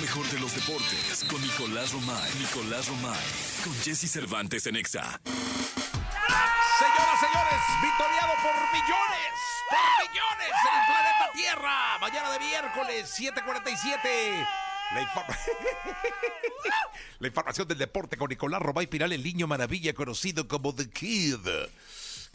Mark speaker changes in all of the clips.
Speaker 1: mejor de los deportes con Nicolás Romay. Nicolás Romay. Con Jesse Cervantes en Exa.
Speaker 2: Señoras, señores, victoriado por millones, por millones en el planeta Tierra. Mañana de miércoles, 7:47. La, informa- La información del deporte con Nicolás Robay Piral, el niño maravilla conocido como The Kid.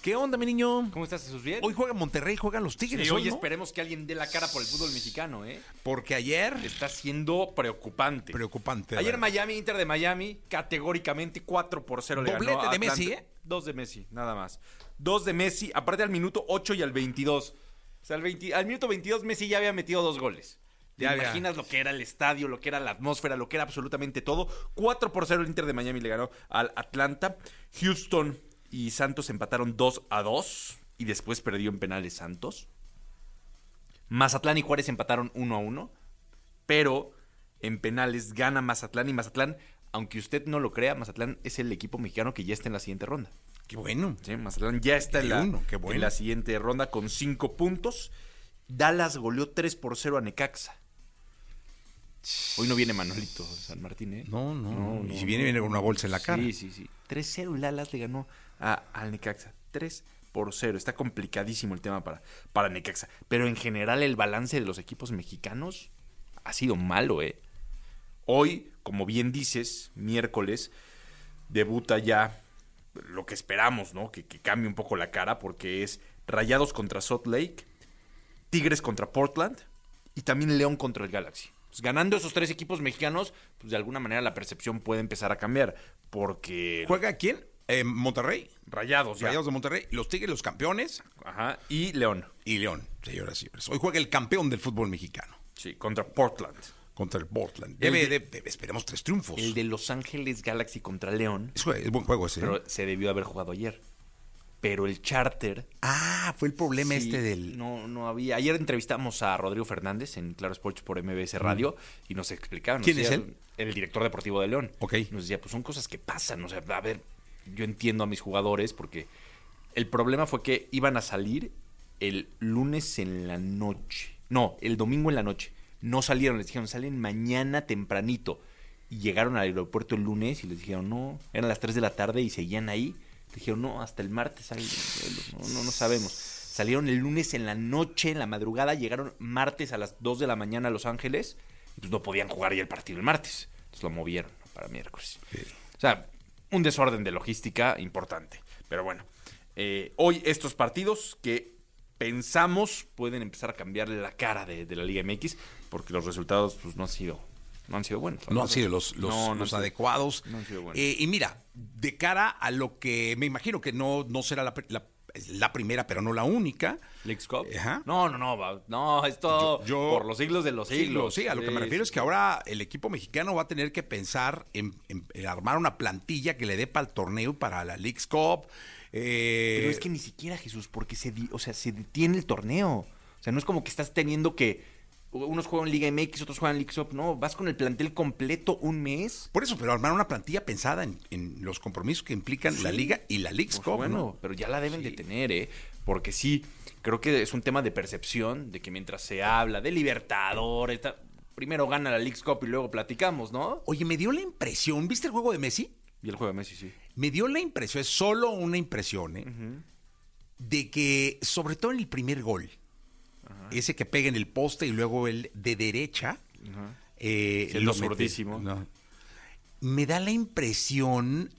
Speaker 2: ¿Qué onda, mi niño?
Speaker 3: ¿Cómo estás, Jesús? Bien.
Speaker 2: Hoy juega Monterrey, juegan los
Speaker 3: Sí,
Speaker 2: Tigres.
Speaker 3: hoy
Speaker 2: ¿no?
Speaker 3: esperemos que alguien dé la cara por el fútbol mexicano, ¿eh?
Speaker 2: Porque ayer,
Speaker 3: Está siendo preocupante.
Speaker 2: preocupante.
Speaker 3: Ayer
Speaker 2: ¿verdad?
Speaker 3: Miami, Inter de Miami, categóricamente 4 por 0 le ganó
Speaker 2: Doblete
Speaker 3: a
Speaker 2: de
Speaker 3: Atlanta.
Speaker 2: Messi, ¿eh?
Speaker 3: Dos de Messi, nada más. Dos de Messi, aparte al minuto 8 y al 22. O sea, al, 20 al minuto 22 Messi ya había metido dos goles. ¿Te
Speaker 2: Ya había.
Speaker 3: imaginas lo que era el estadio, lo que era la atmósfera, lo que era absolutamente todo? 4 por 0 el Inter de Miami le ganó al Atlanta. Houston y Santos empataron 2 a 2 y después perdió en penales Santos. Mazatlán y Juárez empataron 1 a 1, pero en penales gana Mazatlán y Mazatlán, aunque usted no lo crea, Mazatlán es el equipo mexicano que ya está en la siguiente ronda.
Speaker 2: Qué bueno.
Speaker 3: Sí, Mazatlán ya está en la,
Speaker 2: Qué bueno, qué bueno.
Speaker 3: en la siguiente ronda con 5 puntos. Dallas goleó 3 por 0 a Necaxa. Hoy no viene Manolito San Martín, ¿eh?
Speaker 2: No, no.
Speaker 3: no,
Speaker 2: y si viene, viene con una bolsa en la cara.
Speaker 3: Sí, sí, sí. 3-0 el Atlas le ganó a, al Necaxa. 3 por 0. Está complicadísimo el tema para, para Necaxa. Pero en general el balance de los equipos mexicanos ha sido malo, ¿eh? Hoy, como bien dices, miércoles, debuta ya lo que esperamos, ¿no? Que, que cambie un poco la cara porque es Rayados contra Salt Lake, Tigres contra Portland y también León contra el Galaxy. Pues, ganando esos tres equipos mexicanos, pues de alguna manera la percepción puede empezar a cambiar porque
Speaker 2: ¿Juega quién? Eh, Monterrey.
Speaker 3: Rayados,
Speaker 2: Los
Speaker 3: ya.
Speaker 2: Rayados de Monterrey. Los Tigres, los campeones.
Speaker 3: Ajá, y León.
Speaker 2: Y León, señoras y señores. Hoy juega el campeón del fútbol mexicano
Speaker 3: Sí, contra Portland.
Speaker 2: contra el Portland.
Speaker 3: El
Speaker 2: Debe,
Speaker 3: de-
Speaker 2: de- debe- esperemos tres triunfos.
Speaker 3: El de Los Ángeles Galaxy contra León,
Speaker 2: Eso es, es buen juego ese. ¿eh?
Speaker 3: pero se debió haber jugado ayer. Pero el charter
Speaker 2: ah, fue el problema
Speaker 3: Sí,
Speaker 2: este del.
Speaker 3: No, no había. Ayer entrevistamos a Rodrigo Fernández en Claro Sports por MBS Radio y nos explicaban. nos
Speaker 2: Mm. ¿Quién es
Speaker 3: decía,
Speaker 2: él?
Speaker 3: El director deportivo de León.
Speaker 2: Ok.
Speaker 3: Nos decía, pues son cosas que pasan. O sea, a ver, yo entiendo a mis jugadores porque el problema fue que iban a salir el lunes en la noche. No, el domingo en la noche. No salieron, les dijeron, salen mañana tempranito. Y llegaron al aeropuerto el lunes y les dijeron, no, eran las 3 de la tarde y seguían ahí. Le dijeron, no, hasta el martes salen. No, no, no sabemos. Salieron el lunes en la noche, en la madrugada, llegaron martes a las 2 de la mañana a Los Ángeles. Y pues no podían jugar ya el partido el martes. Entonces lo movieron para miércoles. O sea, un desorden de logística importante. Pero bueno, eh, hoy estos partidos que pensamos pueden empezar a cambiarle la cara de, de la Liga MX porque los resultados pues, no han sido no han sido buenos.
Speaker 2: No han sido los, los,
Speaker 3: No, no
Speaker 2: los
Speaker 3: han sido-
Speaker 2: adecuados.
Speaker 3: no han sido buenos.
Speaker 2: Eh, y mira, de cara a lo que me imagino que no, no será la, pr- la- la primera, pero no la única.
Speaker 3: Leagues Cup.
Speaker 2: Ajá.
Speaker 3: No, no, no, va- no, esto
Speaker 2: Yo- yo-
Speaker 3: por los siglos de los siglos.
Speaker 2: Sí, a lo que me refiero es que ahora el equipo mexicano va a tener que pensar en, en- en armar una plantilla que le dé para el torneo, y para la Leagues Cup. eh,
Speaker 3: Pero es que ni siquiera Jesús, porque se, di- o sea, se detiene el torneo. O sea, no es como que estás teniendo que unos juegan Liga MX, otros juegan League Cup. No, vas con el plantel completo un mes.
Speaker 2: Por eso, pero armar una plantilla pensada en, en los compromisos que implican la liga y la Leagues
Speaker 3: Pues
Speaker 2: Cup,
Speaker 3: bueno,
Speaker 2: ¿no?
Speaker 3: pero ya la deben de tener, ¿eh? Porque sí, creo que es un tema de percepción, de que mientras se habla de Libertadores, ta- primero gana la League Cup y luego platicamos, ¿no?
Speaker 2: Oye, me dio la impresión, ¿viste el juego de Messi?
Speaker 3: Y el juego de Messi, sí.
Speaker 2: Me dio la impresión, es solo una impresión, ¿eh? de que, sobre todo en el primer gol, ese que pega en el poste y luego el de derecha, eh,
Speaker 3: Sí, lo
Speaker 2: mete.
Speaker 3: zurdísimo.
Speaker 2: No. Me da la impresión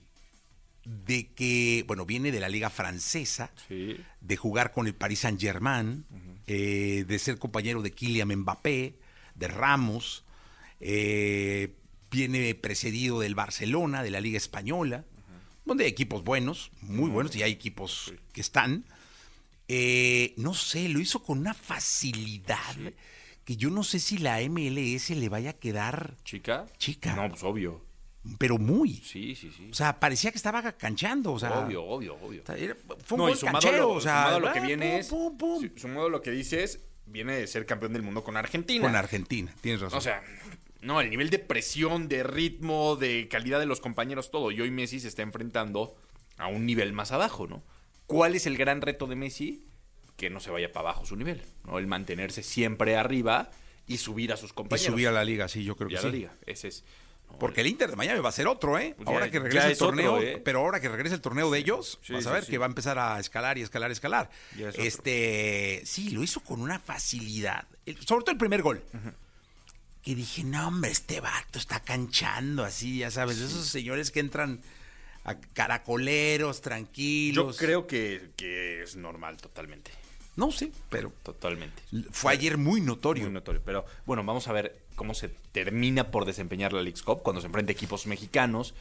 Speaker 2: de que, bueno, viene de la liga francesa,
Speaker 3: Sí.
Speaker 2: de jugar con el Paris Saint Germain, de ser compañero de Kylian Mbappé, de Ramos, eh, viene precedido del Barcelona, de la Liga Española, donde hay equipos buenos, muy buenos, y hay equipos que están. Eh, no sé, lo hizo con una facilidad que yo no sé si la MLS le vaya a quedar,
Speaker 3: ¿Chica?
Speaker 2: Chica.
Speaker 3: No, pues obvio.
Speaker 2: pero muy.
Speaker 3: Sí, sí, sí.
Speaker 2: O sea, parecía que estaba canchando, o sea.
Speaker 3: obvio, obvio, obvio.
Speaker 2: o sea, era- Fue un
Speaker 3: No, y
Speaker 2: gol
Speaker 3: sumado,
Speaker 2: canchero,
Speaker 3: a lo,
Speaker 2: o sea,
Speaker 3: sumado a lo que
Speaker 2: ah,
Speaker 3: viene es.
Speaker 2: pum, pum, pum.
Speaker 3: su- Sumado a lo que dices, viene de ser campeón del mundo con Argentina.
Speaker 2: Con Argentina, tienes razón.
Speaker 3: O sea, no, el nivel de presión, de ritmo, de calidad de los compañeros, todo. Y hoy Messi se está enfrentando a un nivel más abajo, ¿no? ¿Cuál es el gran reto de Messi? Que no se vaya para abajo su nivel, ¿no? El mantenerse siempre arriba y subir a sus
Speaker 2: Y
Speaker 3: compañeros.
Speaker 2: subir a la liga, sí, yo creo
Speaker 3: Y
Speaker 2: que
Speaker 3: a
Speaker 2: sí.
Speaker 3: la liga. Ese es. no,
Speaker 2: Porque el Inter de Miami va a ser otro, ¿eh?
Speaker 3: Pues ya-
Speaker 2: Ahora que
Speaker 3: ya
Speaker 2: regrese el
Speaker 3: es otro,
Speaker 2: torneo,
Speaker 3: ¿eh?
Speaker 2: pero ahora que regrese el torneo de ellos,
Speaker 3: Sí,
Speaker 2: vas a
Speaker 3: sí,
Speaker 2: ver
Speaker 3: sí.
Speaker 2: que va a empezar a escalar y escalar y escalar.
Speaker 3: Ya es otro.
Speaker 2: este, sí, lo hizo con una facilidad, El- sobre todo el primer gol. Que dije, no, hombre, este vato está canchando así, ya sabes, esos señores que entran a caracoleros,
Speaker 3: yo
Speaker 2: tranquilos.
Speaker 3: creo que, que es normal totalmente.
Speaker 2: No sé, pero
Speaker 3: Totalmente.
Speaker 2: fue ayer muy notorio.
Speaker 3: Muy notorio. Pero bueno, vamos a ver cómo se termina por desempeñar la League's Cup cuando se enfrenta a equipos mexicanos.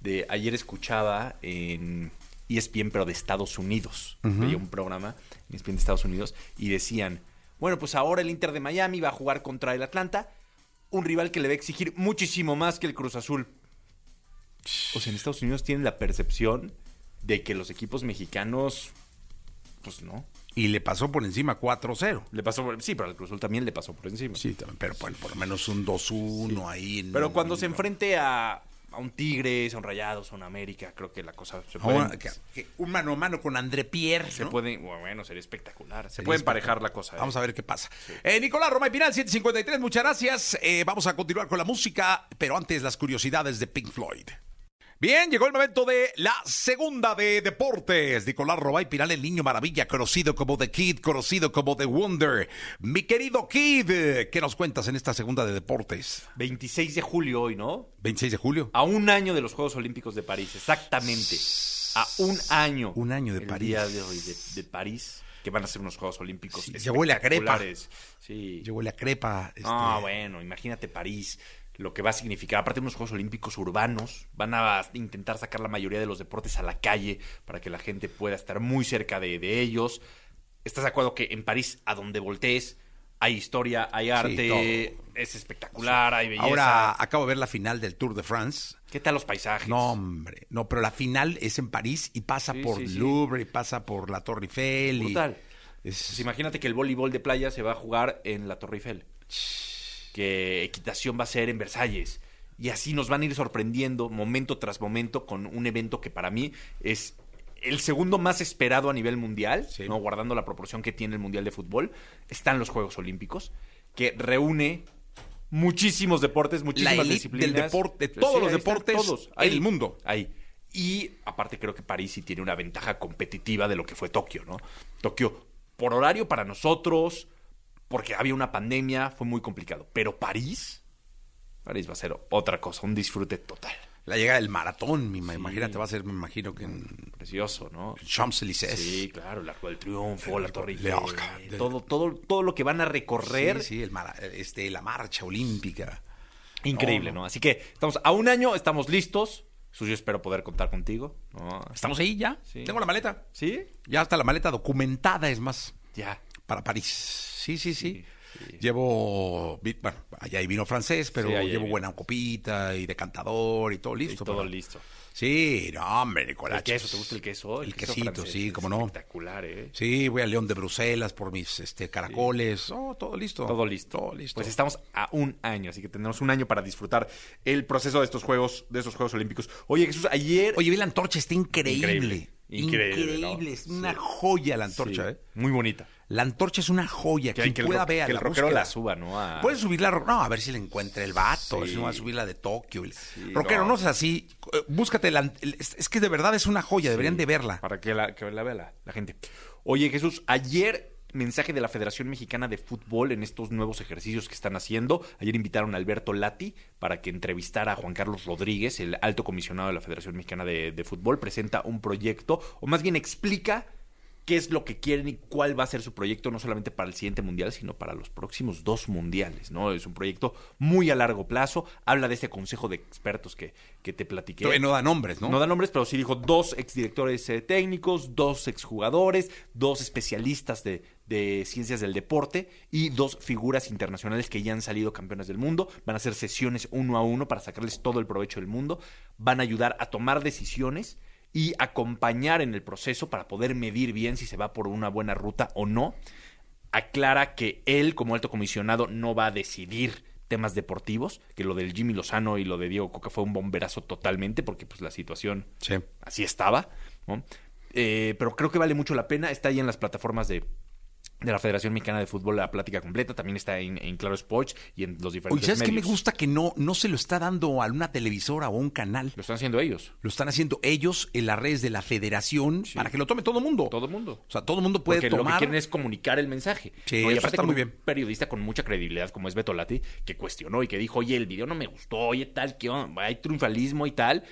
Speaker 3: De, ayer escuchaba en E ESPN, pero de Estados Unidos. Veía un programa en E ESPN de Estados Unidos y decían, bueno, pues ahora el Inter de Miami va a jugar contra el Atlanta, un rival que le va a exigir muchísimo más que el Cruz Azul. O sea, en Estados Unidos tienen la percepción de que los equipos mexicanos, pues no.
Speaker 2: Y le pasó por encima 4-0.
Speaker 3: Le pasó por- sí, pero al Cruz Azul también le pasó por encima.
Speaker 2: Sí, también, pero bueno, por lo menos un 2-1 ahí. en-
Speaker 3: Pero cuando se enfrente a, a un Tigres, a un Rayados, a un América, creo que la cosa se puede.
Speaker 2: Ahora, Ah, que- que un mano a mano con André Pierre.
Speaker 3: se
Speaker 2: ¿no?
Speaker 3: puede- bueno, sería espectacular. Se
Speaker 2: Sería
Speaker 3: puede
Speaker 2: espectacular.
Speaker 3: emparejar la cosa. ¿eh?
Speaker 2: Vamos a ver qué pasa. Eh, Nicolás Roma y Pinal, 753, muchas gracias. Eh, vamos a continuar con la música, pero antes las curiosidades de Pink Floyd. Bien, llegó el momento de la segunda de deportes. Nicolás Robay Pinal, el niño maravilla, conocido como The Kid, conocido como The Wonder. Mi querido Kid, eh, ¿qué nos cuentas en esta segunda de deportes?
Speaker 3: 26 de julio hoy, ¿no?
Speaker 2: 26 de julio.
Speaker 3: A un año de los Juegos Olímpicos de París, exactamente. A un año.
Speaker 2: Un año de
Speaker 3: El
Speaker 2: París.
Speaker 3: día de hoy de, de París, que van a ser unos Juegos Olímpicos.
Speaker 2: Sí,
Speaker 3: espectaculares.
Speaker 2: ya huele a crepa.
Speaker 3: Sí.
Speaker 2: Llegó la crepa. este,
Speaker 3: Ah, bueno, imagínate París, lo que va a significar. Aparte, unos Juegos Olímpicos urbanos van a intentar sacar la mayoría de los deportes a la calle para que la gente pueda estar muy cerca de, de ellos. ¿Estás de acuerdo que en París, a donde voltees, hay historia, hay arte, es espectacular, hay belleza?
Speaker 2: Ahora acabo de ver la final del Tour de France.
Speaker 3: ¿qué tal los paisajes?
Speaker 2: No, hombre. No, pero la final es en París y pasa
Speaker 3: Sí,
Speaker 2: por
Speaker 3: sí, sí.
Speaker 2: Louvre y pasa por la Torre Eiffel. y-
Speaker 3: Brutal. Pues
Speaker 2: Es-
Speaker 3: imagínate que el voleibol de playa se va a jugar en la Torre Eiffel. Que equitación va a ser en Versalles. Y así nos van a ir sorprendiendo momento tras momento con un evento que para mí es el segundo más esperado a nivel mundial,
Speaker 2: Sí.
Speaker 3: ¿no? guardando la proporción que tiene el Mundial de Fútbol. Están los Juegos Olímpicos, que reúne muchísimos deportes, muchísimas
Speaker 2: La elite del
Speaker 3: disciplinas.
Speaker 2: deporte, todos los
Speaker 3: ahí están
Speaker 2: deportes en el mundo.
Speaker 3: Ahí. Y aparte creo que París sí tiene una ventaja competitiva de lo que fue Tokio, ¿no? Tokio, por horario para nosotros, porque había una pandemia, fue muy complicado. Pero París, París va a ser otra cosa, un disfrute total.
Speaker 2: La llegada del maratón, mi ma- imagínate, va a ser, me imagino que en
Speaker 3: Precioso, ¿no?
Speaker 2: Champs-Élysées.
Speaker 3: Sí, claro, el Arco del Triunfo, la Torre
Speaker 2: Le-
Speaker 3: Eiffel,
Speaker 2: Le-
Speaker 3: todo, todo, todo lo que van a recorrer.
Speaker 2: Sí, sí, el mara- este, la marcha olímpica.
Speaker 3: Increíble,
Speaker 2: No,
Speaker 3: ¿no? Así que estamos a un año, estamos listos. Sus, yo espero poder contar contigo. ¿no?
Speaker 2: Estamos ahí ya.
Speaker 3: Sí.
Speaker 2: Tengo la maleta.
Speaker 3: ¿Sí?
Speaker 2: Ya está la maleta documentada, es más.
Speaker 3: Ya.
Speaker 2: para París. Sí, sí, sí.
Speaker 3: Sí, sí.
Speaker 2: Llevo, vi- bueno, allá hay vino francés, pero
Speaker 3: Sí, allá hay
Speaker 2: llevo
Speaker 3: vino.
Speaker 2: buena copita y decantador y todo listo.
Speaker 3: Y todo
Speaker 2: pero-
Speaker 3: listo.
Speaker 2: Sí, no, hombre, Nicolás.
Speaker 3: El queso, ¿te gusta el queso?
Speaker 2: El,
Speaker 3: queso
Speaker 2: quesito,
Speaker 3: francés
Speaker 2: sí,
Speaker 3: es
Speaker 2: como no.
Speaker 3: Espectacular, ¿eh?
Speaker 2: Sí, voy a León de Bruselas por mis este, caracoles. Oh, todo listo.
Speaker 3: Todo listo.
Speaker 2: Todo listo.
Speaker 3: Pues estamos a un año, así que tenemos un año para disfrutar el proceso de estos Juegos, de estos Juegos Olímpicos. Oye, Jesús, ayer...
Speaker 2: Oye, vi la antorcha, está increíble.
Speaker 3: Increíble. Increíble, ¿no?
Speaker 2: Increíble, Es
Speaker 3: Sí.
Speaker 2: una joya la antorcha,
Speaker 3: Sí,
Speaker 2: ¿eh?
Speaker 3: Muy bonita.
Speaker 2: La antorcha es una joya.
Speaker 3: Que,
Speaker 2: Quien
Speaker 3: que
Speaker 2: pueda
Speaker 3: el, ro-
Speaker 2: ver
Speaker 3: que el rockero la suba, ¿no? A-
Speaker 2: Puedes subirla, no, a ver si la encuentra el vato, a ver si
Speaker 3: Sí.
Speaker 2: no va a subir la de Tokio.
Speaker 3: Sí,
Speaker 2: Rockero, no.
Speaker 3: no.
Speaker 2: seas así, eh, búscate, la, el- es es que de verdad es una joya, deberían de verla.
Speaker 3: Para que la, que la vea la, la gente. Oye, Jesús, ayer mensaje de la Federación Mexicana de Fútbol en estos nuevos ejercicios que están haciendo. Ayer invitaron a Alberto Lati para que entrevistara a Juan Carlos Rodríguez, el alto comisionado de la Federación Mexicana de, de Fútbol. Presenta un proyecto, o más bien explica qué es lo que quieren y cuál va a ser su proyecto, no solamente para el siguiente mundial, sino para los próximos dos mundiales, ¿no? Es un proyecto muy a largo plazo. Habla de este consejo de expertos que, que te platiqué.
Speaker 2: Todavía no da nombres, ¿no?
Speaker 3: No da nombres, pero sí dijo dos exdirectores eh, técnicos, dos exjugadores, dos especialistas de, de ciencias del deporte y dos figuras internacionales que ya han salido campeonas del mundo. Van a hacer sesiones uno a uno para sacarles todo el provecho del mundo. Van a ayudar a tomar decisiones y acompañar en el proceso para poder medir bien si se va por una buena ruta o no aclara que él, como alto comisionado, no va a decidir temas deportivos, que lo del Jimmy Lozano y lo de Diego Coca fue un bomberazo totalmente, porque pues la situación
Speaker 2: Sí.
Speaker 3: así estaba, ¿no? Eh, pero creo que vale mucho la pena, está ahí en las plataformas de, de la Federación Mexicana de Fútbol la plática completa, también está en, en Claro Sports y en los
Speaker 2: Oye,
Speaker 3: diferentes
Speaker 2: ¿sabes qué me
Speaker 3: medios.
Speaker 2: gusta que no, no se lo está dando a una televisora o a un canal?
Speaker 3: Lo están haciendo ellos,
Speaker 2: Lo están haciendo ellos en las redes de la federación para que lo tome todo el mundo.
Speaker 3: todo el mundo.
Speaker 2: O sea, todo el mundo puede
Speaker 3: Porque lo que
Speaker 2: tomar.
Speaker 3: quieren es comunicar el mensaje.
Speaker 2: Sí,
Speaker 3: y
Speaker 2: eso
Speaker 3: aparte
Speaker 2: está
Speaker 3: con
Speaker 2: muy
Speaker 3: un
Speaker 2: bien.
Speaker 3: periodista con mucha credibilidad como es Beto Lati, que cuestionó y que dijo, oye, el video no me gustó, oye, tal, que onda, hay triunfalismo y tal.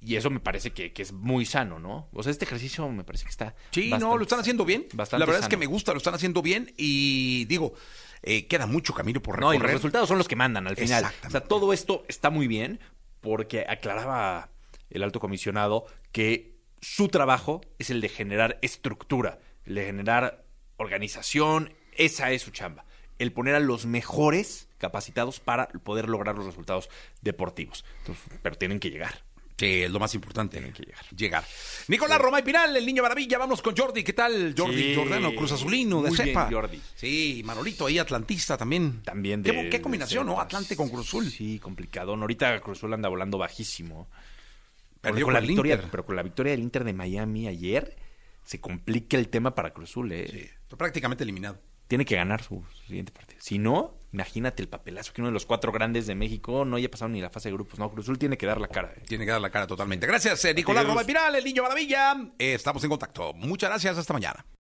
Speaker 3: Y eso me parece que, que es muy sano, ¿no? O sea, este ejercicio me parece que está...
Speaker 2: Sí, no,
Speaker 3: bastante
Speaker 2: lo están
Speaker 3: sano.
Speaker 2: haciendo bien.
Speaker 3: Bastante
Speaker 2: la verdad es
Speaker 3: sano.
Speaker 2: que me gusta, lo están haciendo bien y digo, eh, queda mucho camino por
Speaker 3: No, y
Speaker 2: recorrer.
Speaker 3: los resultados son los que mandan al final. O sea,
Speaker 2: Exactamente.
Speaker 3: todo esto está muy bien porque aclaraba el alto comisionado que su trabajo es el de generar estructura, el de generar organización, esa es su chamba. El poner a los mejores capacitados para poder lograr los resultados deportivos. Entonces, pero tienen que llegar.
Speaker 2: Sí, es lo más importante.
Speaker 3: que llegar.
Speaker 2: Nicolás Romay Pinal, el niño maravilla. Vamos con Jordi. ¿Qué tal? Jordi
Speaker 3: Sí.
Speaker 2: Jordano, Cruz Azulino, de
Speaker 3: Muy bien,
Speaker 2: cepa.
Speaker 3: Jordi.
Speaker 2: Sí, Manolito ahí, atlantista también.
Speaker 3: También
Speaker 2: Qué
Speaker 3: de...
Speaker 2: bu- Qué, combinación,
Speaker 3: de-
Speaker 2: ¿no? Atlante con Cruz Azul.
Speaker 3: Sí, complicado. Ahorita Cruz Azul anda volando bajísimo.
Speaker 2: Perdió
Speaker 3: Porque
Speaker 2: con
Speaker 3: la
Speaker 2: el
Speaker 3: victoria,
Speaker 2: Inter.
Speaker 3: Pero con la victoria del Inter de Miami ayer, se complica el tema para Cruz Azul, ¿eh?
Speaker 2: Sí, está prácticamente eliminado.
Speaker 3: Tiene que ganar su siguiente partido. Si no, imagínate el papelazo que uno de los cuatro grandes de México no haya pasado ni la fase de grupos. No, Cruz Azul tiene que dar la cara. ¿eh?
Speaker 2: Tiene que dar la cara totalmente. Gracias, eh, Nicolás
Speaker 3: Adiós.
Speaker 2: Romay Pinal, el niño maravilla. Eh, estamos en contacto. Muchas gracias. Hasta mañana.